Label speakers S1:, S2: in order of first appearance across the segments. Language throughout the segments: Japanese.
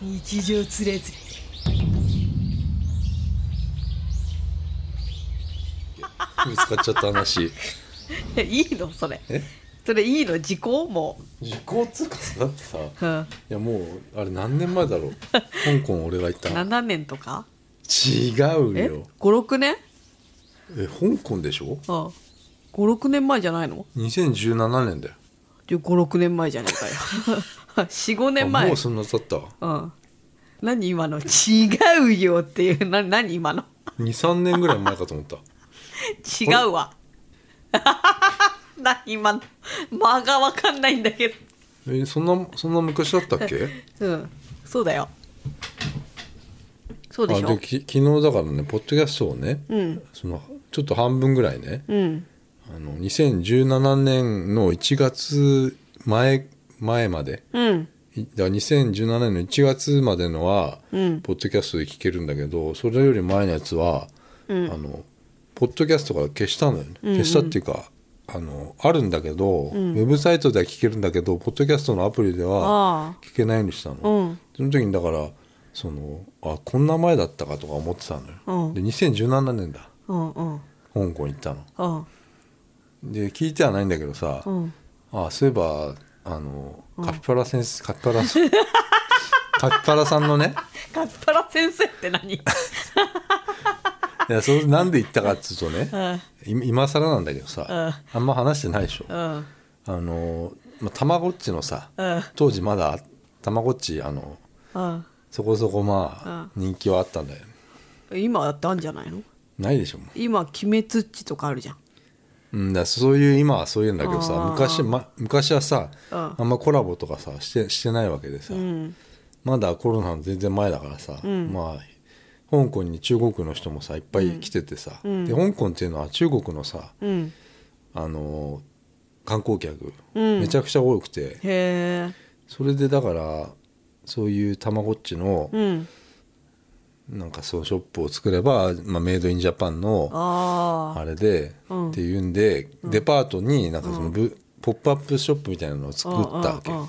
S1: 日常つれづれ
S2: 見つかっちゃった話
S1: え いいのそれ
S2: え
S1: それいいの時効も、
S2: 時効通貨だってさいう
S1: うん、
S2: やもうあれ何年前だろう香港俺が行ったの
S1: 7年とか
S2: 違う
S1: え
S2: よ
S1: 56年
S2: え香港でしょ
S1: うん56年前じゃないの
S2: 2017年だよ
S1: 56年前じゃねえかよ45 年
S2: あ
S1: 前
S2: もうそんな経った
S1: うん何今の「違うよ」っていうな何今の
S2: 23年ぐらい前かと思った
S1: 違うわ 何今の間が分かんないんだけど
S2: えそんなそんな昔だったっけ
S1: うんそうだよそうでし
S2: あ
S1: ょ
S2: でき昨日だからねポッドキャストをね、
S1: うん
S2: そのちょっと半分ぐらいね
S1: うん
S2: あの2017年の1月前前まで
S1: うん
S2: いだから2017年の1月までのは、
S1: うん
S2: ポッドキャストで聞けるんだけどそれより前のやつは、あのポッドキャストから消したのよね、消したっていうかあのあるんだけど、ウェブサイトでは聞けるんだけどポッドキャストのアプリでは
S1: あ
S2: 聞けないようにしたの、
S1: うん
S2: その時にだからそのあこんな前だったかとか思ってたのよ、
S1: うん
S2: で2017年だ
S1: うんうん
S2: 香港行ったの
S1: うん
S2: で聞いてはないんだけどさ、
S1: うん
S2: あそういえばあのカピバラ先生、カピバラ カピバラさんのね
S1: カッパラ先生って何
S2: いやそれなんで言ったかっつうとね、今今更なんだけどさ、あんま話してないでしょ、
S1: うん
S2: あのまあたまごっちのさ、
S1: うん
S2: 当時まだたまごっちあの
S1: うん
S2: そこそこまあ、人気はあったんだよね
S1: 今だってあんじゃないの
S2: ないでしょも
S1: 今「鬼滅」っちとかあるじゃん
S2: う、うん、だからそういう今はそういうんだけどさ
S1: あー
S2: 昔,、ま、昔はさ、
S1: うん
S2: あんまコラボとかさしてしてないわけでさ、
S1: うん
S2: まだコロナの全然前だからさ、まあ香港に中国の人もさいっぱい来ててさ、で香港っていうのは中国のさ
S1: うん
S2: あの観光客、
S1: うん
S2: めちゃくちゃ多くて
S1: へえ
S2: それでだからそういうたまごっちの
S1: うん
S2: なんかそのショップを作れば、まあ、メイドインジャパンの
S1: あ
S2: あれで、
S1: うん
S2: っていうんで、デパートになんかそのブ、ポップアップショップみたいなのを作ったわけ
S1: うんうんうん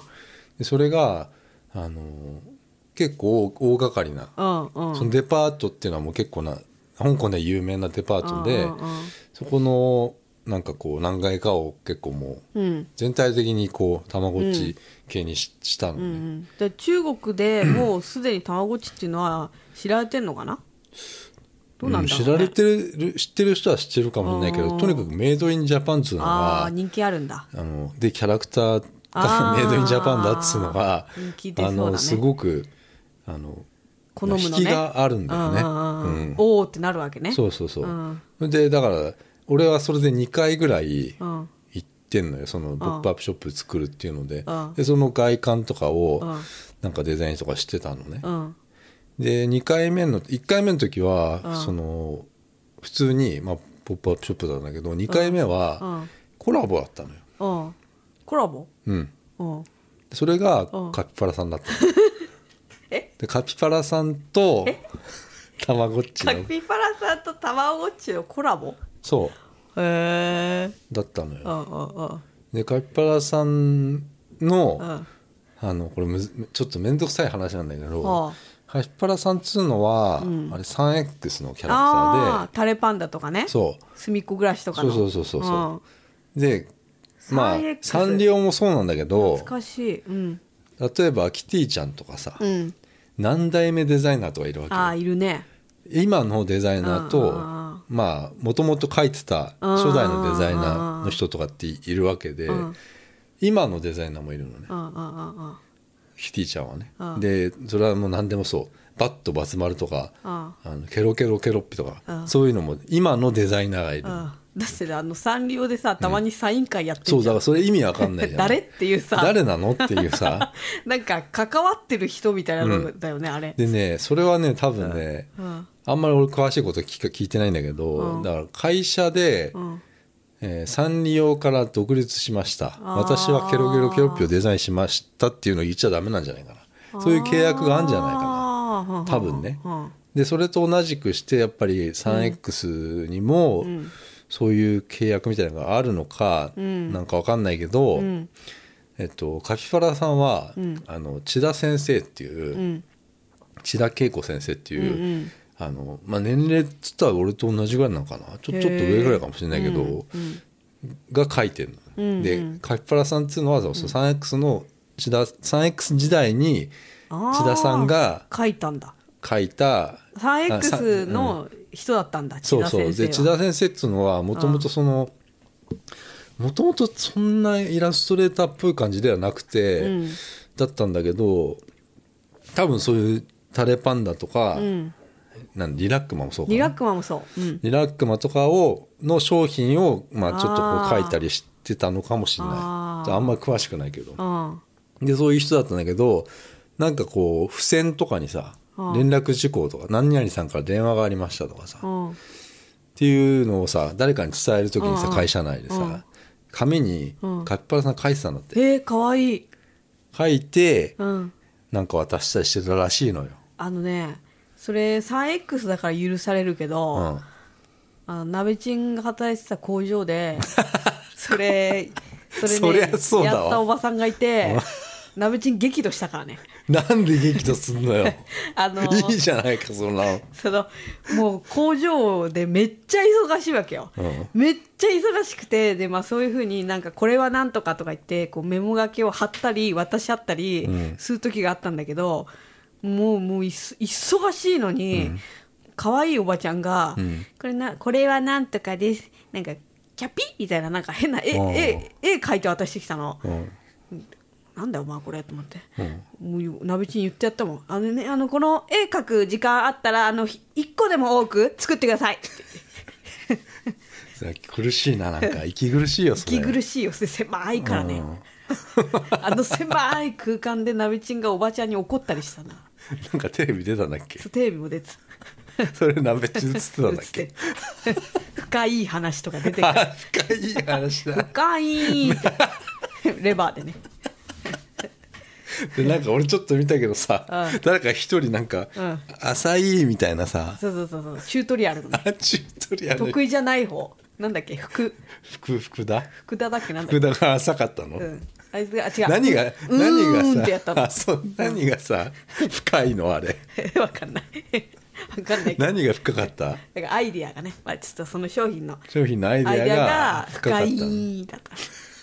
S2: でそれがあの結構大大掛かりな
S1: あうんうん
S2: そのデパートっていうのはもう結構な香港では有名なデパートで
S1: うんうんうん
S2: そこのなんかこう何階かを結構もう
S1: うん
S2: 全体的にこうたまごっち系にし,、たのね、
S1: うんうんじゃあ中国でもうすでにたまごっちっていうのは知られてんのかなどうなんだろう、ね
S2: 知られてる知ってる人は知ってるかもしれないけ
S1: う
S2: ど
S1: ん
S2: とにかくメイドインジャパンっつうの
S1: あ
S2: が
S1: あ人気あるんだ
S2: あのでキャラクター
S1: あ
S2: が
S1: ー
S2: メイドインジャパンだっつうのが
S1: 人気出そうだね
S2: のすごくあの
S1: 好むのね
S2: 引きがあるんだよね。
S1: うんうんうん
S2: うん
S1: おおってなるわけね
S2: そううそうそう、
S1: ん
S2: でだから俺はそれで2回ぐらい
S1: うん
S2: 行ってんのよそのポップアップショップ作るっていうので,、
S1: うん
S2: でその外観とか
S1: う
S2: を
S1: ん
S2: なんかデザインとかしてたのね
S1: う、ん
S2: で2回目の1回目の時は、
S1: うん
S2: その普通に、まあ、ポップアップショップだったんだけど2回目
S1: う
S2: は
S1: ん
S2: コラボだったのよ、
S1: うんコラボ
S2: うん、
S1: うん
S2: それが
S1: うん
S2: カピパラさんだったの、
S1: え
S2: でカピパラさんとたまごっち
S1: カ
S2: の
S1: ピバラさんとたまごっちのコラボ
S2: そ
S1: へえ
S2: うだったの
S1: う
S2: よ
S1: んうんうん
S2: でカピパラさんの、
S1: うん
S2: あのこれむずちょっと面倒くさい話なんだけ
S1: は
S2: ど
S1: あ
S2: カピバラさんっつうのは、あれ 3X のキャラクタ
S1: あ
S2: ー
S1: ータレパンダとかね
S2: でそう
S1: 隅っこ暮らしとか
S2: そう
S1: の
S2: そうそうそうそうでまあ
S1: 3X
S2: サンリオもそうなんだけど
S1: 懐かしいうん
S2: 例えばキティちゃんとかさ、
S1: うん
S2: 何代目デザイナーとかいる
S1: あ
S2: わ
S1: あいるね
S2: けよ今のデザイナーと
S1: あー
S2: まあもともと書いてた初代のデザイナーの人とかっているわけで
S1: うん
S2: 今のデザイナーもいるのね
S1: うんうんうんうん
S2: キティちゃんはね
S1: うん
S2: でそれはもう何でもそうバットバツ丸とか
S1: あ
S2: あのケロケロケロッピと
S1: う
S2: か
S1: ん
S2: そういうのも今のデザイナーがいる
S1: あだってあのサンリオでさたまにサイン会やって
S2: そ
S1: る
S2: う
S1: じ
S2: だ
S1: ゃ
S2: か
S1: ん、
S2: らそれ意味わかんないじゃ ん
S1: 誰っていうさ
S2: 誰なのっていうさ
S1: なんか関わってる人みたいなのだよね、あれ
S2: でねそれはね多分ね
S1: うん
S2: あんまり俺詳しいこと聞か聞いてないんだけど、
S1: うん
S2: だから会社で、
S1: うん
S2: えーサンリオから独立しました
S1: あー
S2: 私はケロケロケロッピをデザインしましたっていうのを言っちゃダメなんじゃないかなそういう契約があるんじゃないかな
S1: な
S2: 多分ね
S1: うん
S2: でそれと同じくしてやっぱり 3X にも、
S1: ん
S2: そういう契約みたいなのがあるのか、
S1: ん
S2: なんかわかんないけど、
S1: うん
S2: えっと、カピバラさんは、
S1: うん
S2: あの千田先生っていう、
S1: うん
S2: 千田恵子先生っていう、あのまあ、年齢っつったら俺と同じぐらいなのかなちょちょっと上ぐらいかもしれないけど、が書いてるの、で柿原さんっていうのはその 3X の千田 3X 時代に千田さんが
S1: 書いたんだ
S2: 書いた
S1: 3X の人だったんだ、千
S2: そう
S1: 田先生
S2: そう
S1: は
S2: で千田先生っていうのはもともとそのもともとそんなイラストレーターっぽい感じではなくて、
S1: うん
S2: だったんだけど多分そういうタレパンダとか、
S1: ん
S2: なんリラックマもそうかな
S1: リラックマもそう、うん、
S2: リラックマとかをの商品を、まあ、ちょっと
S1: あ
S2: こ
S1: ー
S2: う書いたりしてたのかもしれない
S1: あ
S2: あ
S1: ー
S2: んまり詳しくないけど
S1: あ
S2: でそういう人だったんだけどなんかこう付箋とかにさ
S1: あー
S2: 連絡事項とか何々さんから電話がありましたとかさ
S1: あうん
S2: っていうのをさ誰かに伝える時に
S1: う
S2: さ
S1: んうん
S2: 会社内で
S1: うん
S2: さ紙に
S1: うん
S2: かっぱらさん書いてたんだって
S1: えー、かわいい、
S2: 書いて
S1: うん、
S2: なんか渡したりしてたらしいのよ、
S1: あのねそれ 3X だから許されるけど、
S2: うん、
S1: あの鍋ちんが働いてた工場 でそれそれね
S2: そりゃそうだわ
S1: やったおばさんがいて鍋ちん激怒したからね
S2: なんで激怒すんのよ
S1: あの
S2: いいじゃないかそんなの
S1: そのもう工場でめっちゃ忙しいわけよ、
S2: うん
S1: めっちゃ忙しくてで、まあ、そういうふうになんかこれはなんとかとか言ってこうメモ書きを貼ったり渡し合ったり
S2: うん
S1: する時があったんだけど、もうもういそ忙しいのに、可愛いおばちゃんが、
S2: うん
S1: これな「これはなんとかです」なんか「キャピ?」みたいななんか変な絵
S2: うん
S1: 絵絵描いて渡してきたの。
S2: うん
S1: なんだよお前これと思って、もうなべちん言ってやったもんあのねあのこの絵描く時間あったらあのひ一個でも多く作ってください
S2: さ苦しいなな んか息苦しいよそれ
S1: 息苦しいよそれ狭いからね、
S2: うん
S1: あの狭い空間でなべちんがおばちゃんに怒ったりしたな
S2: なんかテレビ出たんだっけ
S1: そうテレビも出てた
S2: それ鍋ち映ってたんだっ
S1: 映っ
S2: け
S1: て深い話とか出て くる
S2: あ深い話だ
S1: 深いってレバーでね
S2: でなんか俺ちょっと見たけどさ、
S1: うん
S2: 誰か一人なんか
S1: うん
S2: 「浅い」みたいなさ
S1: そうそうそうそうチュートリアルのね
S2: あチュートリアル
S1: 得意じゃない方なんだっけ福
S2: 福福田
S1: 福田だっけなんだっ
S2: 福
S1: け、
S2: 田が浅かったの、
S1: うん、あいつがあ違う
S2: 何が
S1: うーん
S2: 何
S1: ってや
S2: が
S1: った
S2: さ
S1: の
S2: あそう何がさ深いのあれ
S1: えわかんない。わかんないけど。
S2: 何が深かった
S1: だからアイディアがね、まあ、ちょっとその商品の
S2: 商品のアイデ
S1: アイディ
S2: ア
S1: ア
S2: が
S1: が
S2: 深かっ
S1: 深
S2: たの
S1: いだった。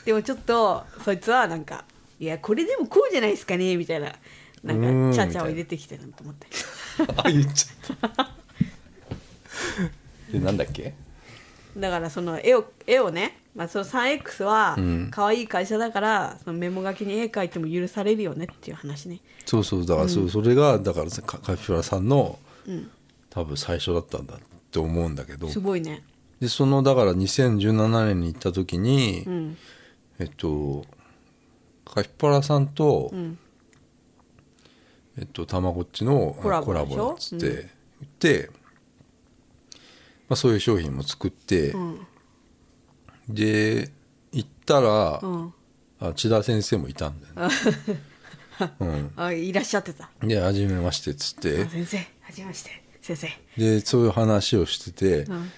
S1: でもちょっとそいつはなんか「いやこれでもこうじゃないですかね」みたいなな
S2: うー
S1: ん
S2: ん
S1: かチャチャを入れてきてるなと思って
S2: あ言っちゃったでなんだっけ
S1: だからその絵を絵をね、まあ、その 3X は可愛い会社だから、そのメモ書きに絵描いても許されるよねっていう話ね
S2: そうそうだからそ,、うそれがだからさかカピバラさんの、多分最初だったんだって思うんだけど
S1: すごいね
S2: でそのだから2017年に行った時に、
S1: ん
S2: えっとカピバラさんと、
S1: ん
S2: えっとたまごっちの
S1: コラボ
S2: あの
S1: でしょ
S2: だっつって、で、まあ、そういう商品も作って、
S1: ん
S2: で行ったら、
S1: うん
S2: あ千田先生もいたんだよね。 うん
S1: あいらっしゃってた
S2: で「はじめまして」っつって
S1: あ先生はじめまして先生
S2: でそういう話をしてて、
S1: ん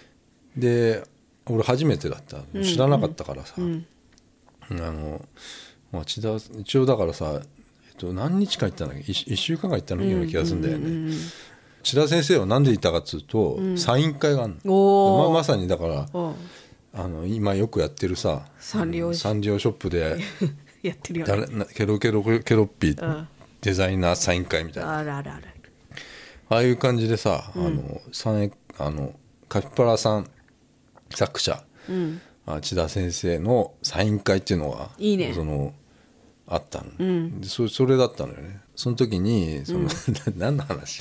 S2: で俺初めてだったの知らなかったからさ、
S1: ん
S2: あの、まあ、千田一応だからさ、えっと、何日か行ったんだっけ 1, 週間か行ったのような気がするんだよね、千田先生は何でいたかっつうと、サイン会がある
S1: お
S2: の
S1: ー
S2: ままさにだから
S1: うん
S2: あの今よくやってるさ
S1: サンリオ
S2: あのサンリオショップ で
S1: やってるよね
S2: 誰なケロケロケロッピ
S1: うん
S2: デザイナーサイン会みたいな
S1: あらあらあら。
S2: ああいう感じでさ、あのさんあのカピパラさん作者、
S1: うん。
S2: あ千田先生のサイン会っていうのが
S1: いいね
S2: そのあったの、
S1: ん
S2: でそそれだったのよねその時にその、な 何の話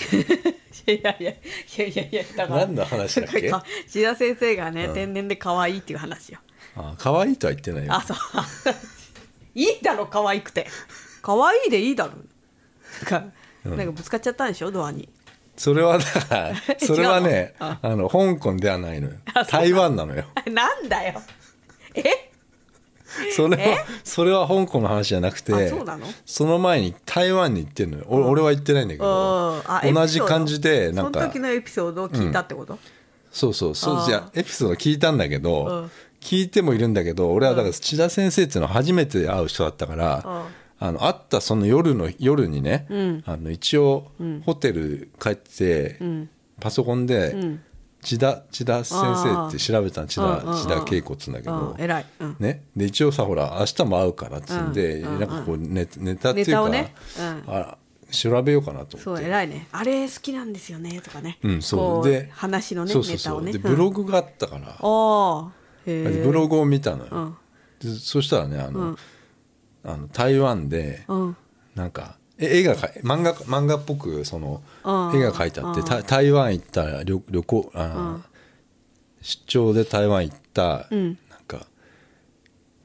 S1: いやいやいやいやいやだから。
S2: 何の話だっけ
S1: なんか千田先生がね、天然で可愛いっていう話よ。
S2: あ可愛いとは言ってないよ
S1: あそう。いいだろ可愛くて。可愛いでいいだろ。なんか、なんかぶつかっちゃったんでしょドアに。
S2: それはだ からそれはね
S1: 違うの
S2: あの香港ではないのよ台湾なのよ
S1: あなんだよ。え？
S2: それはそれは香港の話じゃなくて
S1: あそうなの
S2: その前に台湾に行ってんのよ俺,、俺は行ってないんだけ
S1: うん
S2: ど
S1: あ
S2: 同じ
S1: エピソード
S2: 感じでなん
S1: その
S2: か
S1: 時のエピソードを聞いたってこと？
S2: そうそうそ
S1: あー
S2: うじゃあエピソード聞いたんだけど、
S1: うん
S2: 聞いてもいるんだけど俺はだから千田先生っていうのは初めて会う人だったから、
S1: ん
S2: あの会ったその夜の夜にね、あの一応ホテル帰って、パソコンで千田千田先生って調べたの千
S1: あ
S2: 田
S1: あ
S2: 千田恵子っつうんだけ
S1: あ
S2: ど
S1: あ偉いうん
S2: ね、で一応さほら明日も会うからっつうんで、
S1: うんうん
S2: なんかこうネネタってい
S1: ネ
S2: う
S1: タ
S2: か、
S1: をねうん
S2: あ調べようかなと
S1: そ
S2: 思っ
S1: う
S2: て。
S1: 偉いねあれ好きなんですよねとかね
S2: うん、そ
S1: こ
S2: うで
S1: 話のね
S2: そうそうそう
S1: ネ
S2: で
S1: タをね
S2: ブログがあったから、
S1: ああへえ
S2: ブログを見たのよ、でそしたらねあの、
S1: うん
S2: あの台湾で、
S1: うん
S2: なんかえ絵がか漫画漫画っぽくその
S1: あー
S2: 絵が描いてあって
S1: あー
S2: た台湾行ったら旅旅行あー出張で台湾行った、
S1: うん
S2: なんか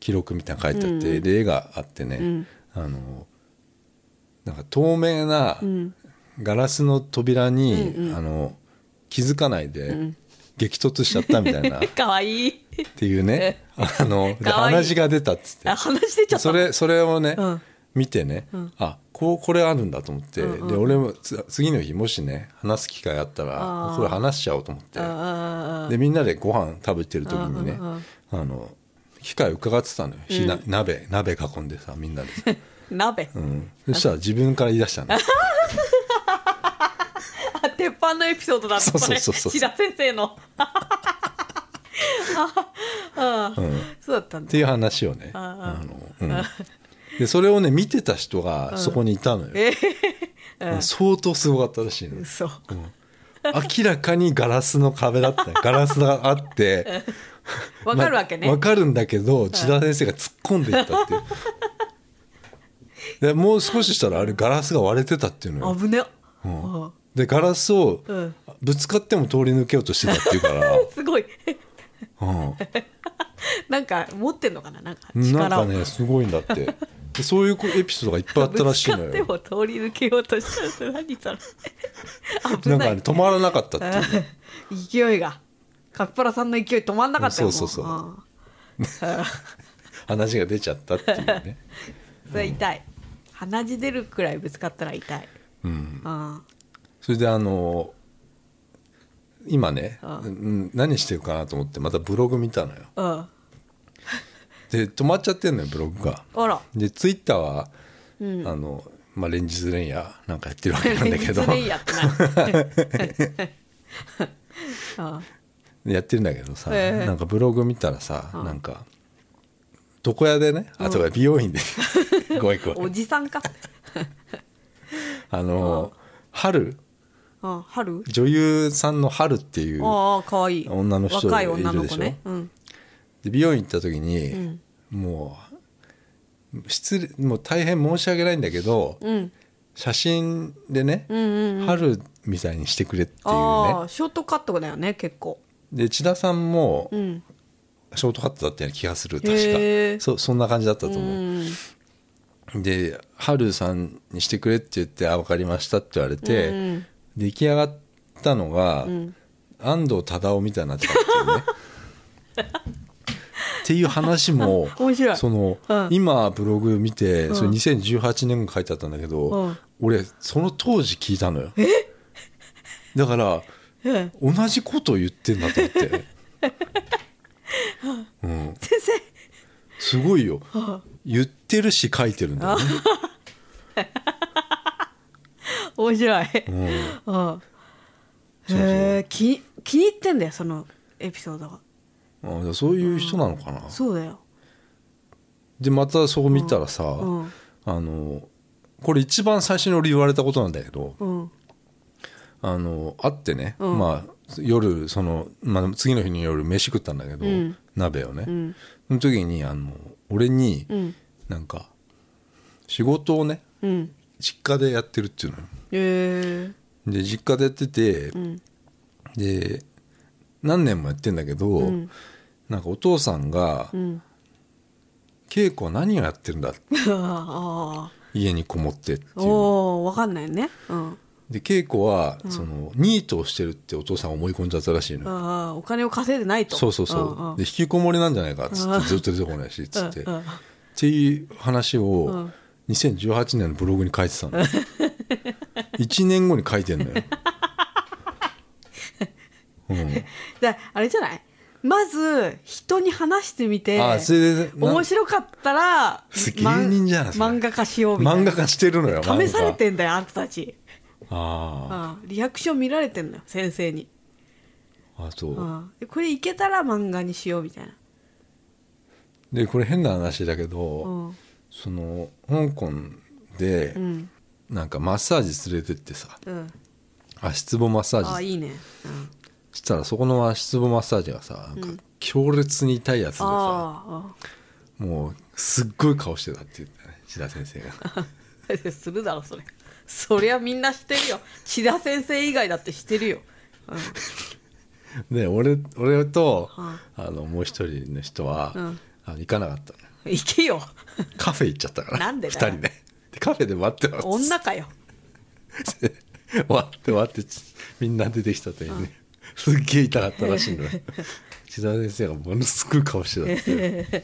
S2: 記録みたいなの書いてあって、で絵があってね、
S1: ん
S2: あのなんか透明な
S1: うん
S2: ガラスの扉に、あの気づかないで激突しちゃったみたい な、っ
S1: かわいい
S2: てい うねあので
S1: かわいい
S2: 鼻血が出たっつって
S1: あ話してちゃった
S2: それそれをね、
S1: うん
S2: 見てね、あこうこれあるんだと思って、で俺もつ次の日もしね話す機会あった
S1: あ
S2: ら
S1: ー
S2: これ話しちゃおうと思って
S1: あ
S2: でみんなでご飯食べてる時にね
S1: うんうんうん
S2: あの機会伺ってたのよ、火な鍋鍋囲んでさみんなで さ、
S1: あ鍋
S2: うん、そしたら自分から言い出したの
S1: あ鉄板のエピソードだった
S2: そう
S1: こ
S2: そう
S1: れ
S2: そうそう
S1: 志田先生 のああそうだったん
S2: っ
S1: だ
S2: ていう話をねあの、うん、でそれをね見てた人がそこにいたのよ、
S1: え
S2: うん相当すごかったらしいのよ
S1: 嘘
S2: 明らかにガラスの壁だったよガラスがあ って
S1: わかるわけね
S2: まわかるんだけど千田先生が突っ込んでいったっていう でもう少ししたらあれガラスが割れてたっていうのよ、
S1: 危ねっ
S2: うんでガラスを
S1: うん
S2: ぶつかっても通り抜けようとしてたってい うから、
S1: すごい
S2: うん
S1: なんか持ってんのかななんか
S2: なん
S1: 力
S2: か
S1: を
S2: ねすごいんだってでそういうエピソードがいっぱいあったらしいの
S1: ぶつ
S2: よ
S1: かっても通り抜けようとしたらそれ何それ危
S2: なん
S1: な
S2: か、
S1: い
S2: ね、止まらなかったって いう
S1: 勢いがカッパラさんの勢い止まんなかったよ
S2: うんそうそうそうん話が出ちゃったっていうね
S1: それ痛い鼻血出るくらいぶつかったら痛い
S2: うん
S1: あ
S2: それであの今ね、
S1: あ
S2: うん何してるかなと思ってまたブログ見たのよ
S1: ああ
S2: で止まっちゃってんのよブログが
S1: あら
S2: でツイッターは、あのまあ、連日連夜なんかやってるわけなんだけど
S1: 連日連夜ってなあ
S2: やってるんだけどさ、
S1: ええ
S2: なんかブログ見たらさ、なんか床屋でねあとは美容院で、 ごめんごめん
S1: おじさんか
S2: あの、春
S1: あ春
S2: 女優さんの春っていう
S1: ああ可愛い
S2: 女の人
S1: 若い
S2: いるでしょ
S1: 女の子ねうん
S2: で美容院行った時に、もう失礼もう大変申し訳ないんだけど、
S1: うん
S2: 写真でね、春みたいにしてくれっていう
S1: あ
S2: ね
S1: あショートカットだよね結構
S2: で千田さんも
S1: うん
S2: ショートカットだったような気がする
S1: へ
S2: 確
S1: ー
S2: かそそんな感じだったと
S1: う
S2: 思う、
S1: ん
S2: で「春さんにしてくれ」って言って「あ分かりました」って言われて、
S1: うん
S2: 出来上がったのが、安藤忠雄みたいになってた っていうねっていう話も
S1: 面白い
S2: その、
S1: うん
S2: 今ブログ見て、それ2018年が書いてあったんだけど、
S1: うん
S2: 俺その当時聞いたのよだから
S1: うん
S2: 同じこと言ってんだと思って、 うん、
S1: 先生
S2: すごいよ言ってるし書いてるんだよね、
S1: 面白い
S2: うん
S1: うん
S2: そうそう
S1: へえ気気に入ってんだよそのエピソードが
S2: あじゃあそういう人なのかな、
S1: そうだよ
S2: でまたそこ見たらさ、
S1: うん
S2: あのこれ一番最初に俺言われたことなんだけど
S1: うん
S2: あの会ってね、
S1: うん
S2: まあ、夜その、まあ、次の日の夜飯食ったんだけど、
S1: うん
S2: 鍋をね、
S1: うん
S2: その時にあの俺に、
S1: うん
S2: なんか仕事をね
S1: うん
S2: 実家でやってるっていうのよ
S1: へえ
S2: で実家でやってて、
S1: ん
S2: で何年もやってんだけど、
S1: ん
S2: なんかお父さんが
S1: うん
S2: 「稽古は何をやってるんだ
S1: あ
S2: 家にこもって」って
S1: あ
S2: いう
S1: おおわかんないねうん
S2: で稽古は、そのニートをしてるってお父さん思い込んじゃったらしいのよ、
S1: ああお金を稼いでないと
S2: そうそうそう、
S1: んん
S2: で引きこもりなんじゃないかっつってずっと出てこないしっつって、っていう話を、
S1: ん
S2: 2018年のブログに書いてたの よ1年後に書いてんのよ、うん、
S1: であれじゃないまず人に話してみて
S2: あそれでな
S1: 面白かったら
S2: すげえ
S1: まん
S2: 芸人じゃないそれ
S1: 漫画化しようみたい
S2: 漫
S1: な
S2: 画化してるのよ
S1: 試されてんだよあんたたち
S2: 漫画あ
S1: ああリアクション見られてんだよ先生に
S2: ああそう
S1: ああでこれいけたら漫画にしようみたいな
S2: でこれ変な話だけ
S1: う
S2: ど
S1: ん
S2: その香港で
S1: うん
S2: なんかマッサージ連れてってさ
S1: うん
S2: 足つぼマッサ
S1: あ
S2: ー
S1: あ
S2: ジ
S1: いいね、うん、
S2: したらそこの足つぼマッサージがさなんか強烈に痛いやつでさ
S1: あ
S2: もうすっごい顔してたって言ったね千田先生が
S1: あ するだろそれそりゃみんなしてるよ千田先生以外だってしてるよ、うん
S2: で俺俺と
S1: うん
S2: あのもう一人の人は
S1: うん
S2: あの行かなかったのよ
S1: 行けよ
S2: カフェ行っちゃったから
S1: なんでだ
S2: 2
S1: よ
S2: 人ででカフェで待ってます
S1: 女かよ
S2: 待って待ってみんな出てきた時に、ね、すっげえ痛かったら しいのよ千田先生がものすごい顔してたっていう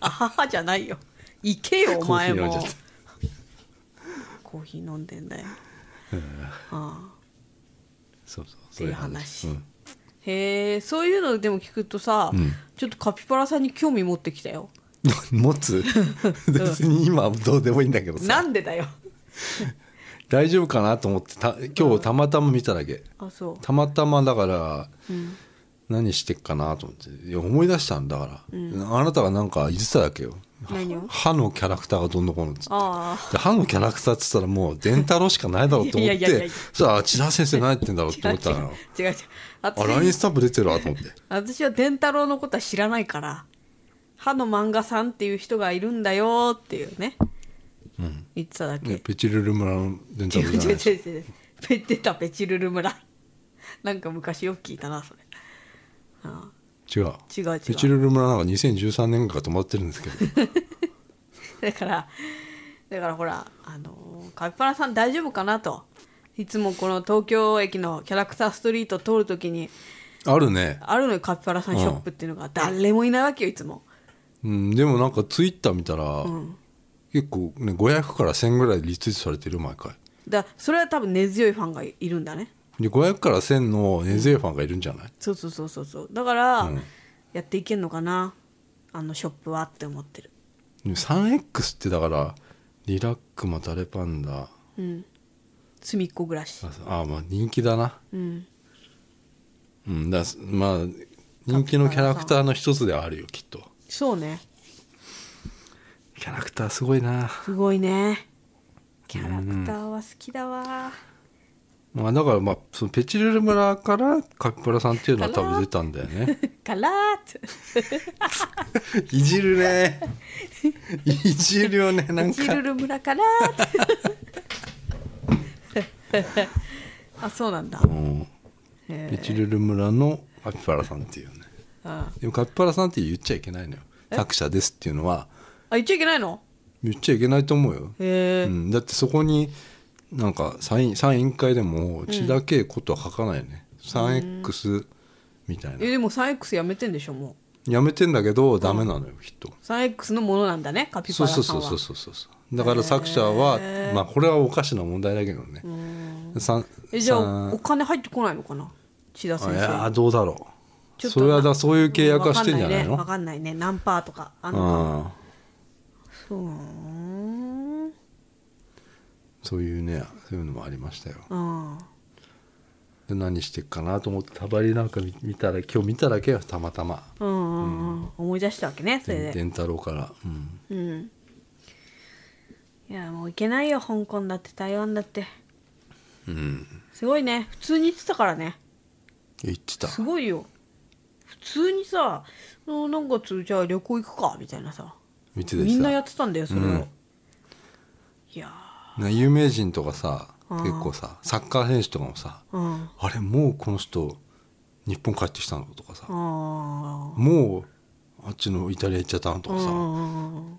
S1: あははじゃないよ行け よお前も
S2: コーヒー飲ん
S1: コ
S2: じ
S1: ーヒー飲んで
S2: ゃっ
S1: んだよ、ああ
S2: そうそう
S1: っていう話
S2: そういう
S1: へえそういうのでも聞くとさ、
S2: ん
S1: ちょっとカピバラさんに興味持ってきたよ
S2: 話うん 持つ別に今はどうでもいいんだけど
S1: な
S2: さ
S1: んでだよ
S2: 大丈夫かなと思ってた今日たまたま見ただけ
S1: あそ
S2: たまたまだから、何してっかなと思っていや思い出したんだから、あなたがなんか言ってただけよ
S1: 何を
S2: 歯のキャラクターがどんどんこうのっつって
S1: あ
S2: で歯のキャラクターっつったらもう伝太郎しかないだろうと思っ
S1: いやいやいや
S2: て
S1: いや
S2: そしたらあ千田先生何やってんだろう と
S1: あ違
S2: 思
S1: う
S2: ったのよ
S1: 違う違う違う
S2: あ LINE
S1: 私
S2: スタンプ出てるわと思って
S1: 私は伝太郎のことは知らないから歯の漫画さんっていう人がいるんだよっていうね、言ってただけ
S2: ねペチルル村の伝
S1: 違
S2: 太
S1: う
S2: 郎じゃない
S1: 違う
S2: です
S1: 違う
S2: か
S1: 違う ペ出たペチルル村 なんか昔よく聞いたなそれあ
S2: 違う
S1: 違う違う
S2: ペチルル村なんか2013年から泊まってるんですけど
S1: だからだからほらあのーカピバラさん大丈夫かなといつもこの東京駅のキャラクターストリート通るときに
S2: あるね、
S1: あるのよカピバラさんショップっていうのが誰もいないわけよいつも
S2: うん、でもなんかツイッター見たら、結構ね500から1000ぐらいリツイートされてる毎回
S1: だからそれは多分根強いファンがいるんだね
S2: で500から1000の根強いファンがいるんじゃない、
S1: そうそうそうそうそうだから、
S2: ん
S1: やっていけんのかなあのショップはって思ってる
S2: でも 3X ってだからリラックマタレパンダ
S1: 隅っこ暮らし
S2: ああまあ人気だな
S1: うん
S2: うんだすまあ人気のキャラクターの一つではあるよきっと
S1: そうね
S2: キャラクターすごいな、
S1: すごいねキャラクターは好きだわ、
S2: まあ、だからまあそのペチルル村からカピバラさんっていうのは多分出たんだよね
S1: カラーって
S2: いじるねいじるよねなん
S1: チル
S2: か
S1: ル村からって あそうなんだ
S2: うん
S1: へ
S2: ペチルル村のカピバラさんっていうね
S1: あ
S2: でもカピバラさんって言っちゃいけないのよ作者ですっていうのは
S1: あ言っちゃいけないの
S2: 言っちゃいけないと思うよ
S1: へえ、
S2: うん、だってそこになんかサインサイン委員会でも千田恵子とは書かないね、3X みたい
S1: え
S2: な
S1: でも 3X やめてんでしょも
S2: やめてんだけどダメなのよきっと
S1: う 3X のものなんだねカピ
S2: そ
S1: バ
S2: う
S1: ラさ
S2: そ
S1: ん
S2: う
S1: は
S2: そうそうそうそうだから作者は、まあこれはおかしな問題だけどねさん
S1: えじゃ
S2: さ
S1: あ
S2: ん
S1: お金入ってこないのかな千田
S2: あ
S1: 先
S2: いやー
S1: 生
S2: どうだろ
S1: ち
S2: う
S1: ょっと
S2: それはだそういう契約はしてんじゃない
S1: わ
S2: の
S1: かんないねわかんないね何パーとかあん
S2: う
S1: のかなんそううーん
S2: そういうねそういうのもありましたよ
S1: あ
S2: で何してっかなと思ってたばりなんか見見たら今日見ただけよたまたま
S1: ーうんうんうん思い出したわけねそれで
S2: 伝太郎からうん
S1: うんいやもういけないよ香港だって台湾だって
S2: うん
S1: すごいね普通に言ってたからね
S2: 言ってた
S1: すごいよ普通にさ「うんなんかつじゃあ旅行行くか」みたいなさ
S2: 見てた
S1: みんなやってたんだよそれを、
S2: うん
S1: いや
S2: な有名人とかさ
S1: うん
S2: 結構さサッカー選手とかもさ
S1: ーうん
S2: あれもうこの人日本帰ってきたのとかさ
S1: あ
S2: もうあっちのイタリア行っちゃったのと
S1: ーう
S2: かさ
S1: ん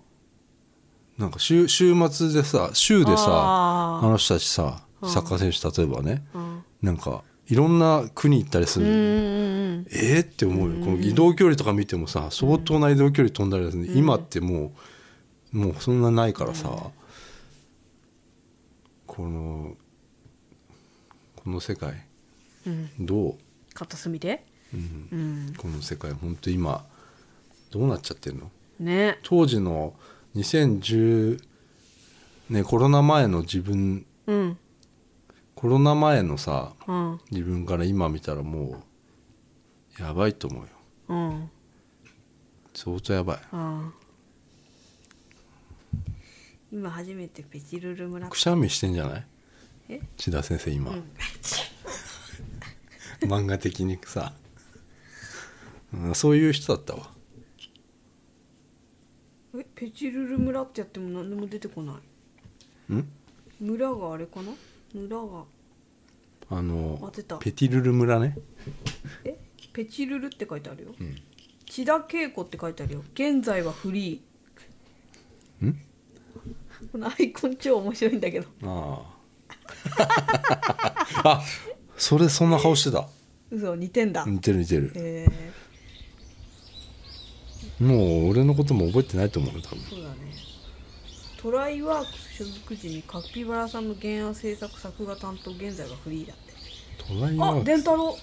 S2: なんか週週末でさ週でさ
S1: あ
S2: あ
S1: ー
S2: の人たちさサッカー選手例えばね
S1: うん
S2: なんかいろんな国行ったりす
S1: うんう
S2: る
S1: ん
S2: えーって思うよこの移動距離とか見てもさ相当な移動距離飛んだりする今ってもうもうそんなないからさこのこの世界
S1: うん
S2: どう
S1: 片隅でうん
S2: この世界本当今どうなっちゃってんの
S1: ね
S2: 当時の2010ねコロナ前の自分
S1: うん
S2: コロナ前のさ
S1: うん
S2: 自分から今見たらもうやばいと思うよ
S1: うん
S2: 相当やばい
S1: うん今初めてペチルル村
S2: くしゃみしてんじゃない
S1: え
S2: 千田先生今、
S1: うん
S2: 漫画的にさ、うん、そういう人だったわ
S1: えペチルル村ってやっても何でも出てこない
S2: ん
S1: 村があれかな村が
S2: あ
S1: 当
S2: の
S1: てた
S2: ペティルル村ね
S1: えペチルルって書いてあるよ、千田恵子って書いてあるよ現在はフリー
S2: ん
S1: このアイコン超面白いんだけど
S2: あ ああそれそんな顔してた
S1: 嘘似てんだ、
S2: 似てる似てる
S1: え
S2: もう俺のことも覚えてないと思うよ多分
S1: ー、そうだねトライワークス所属時にカピバラさんの原案制作作画担当現在はフリーだって
S2: トライア
S1: あ
S2: ー
S1: 伝太郎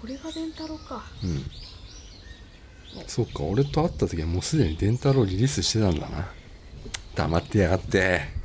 S1: これが伝太郎か
S2: うんそうか俺と会った時はもうすでにデンタロウリリースしてたんだな黙ってやがって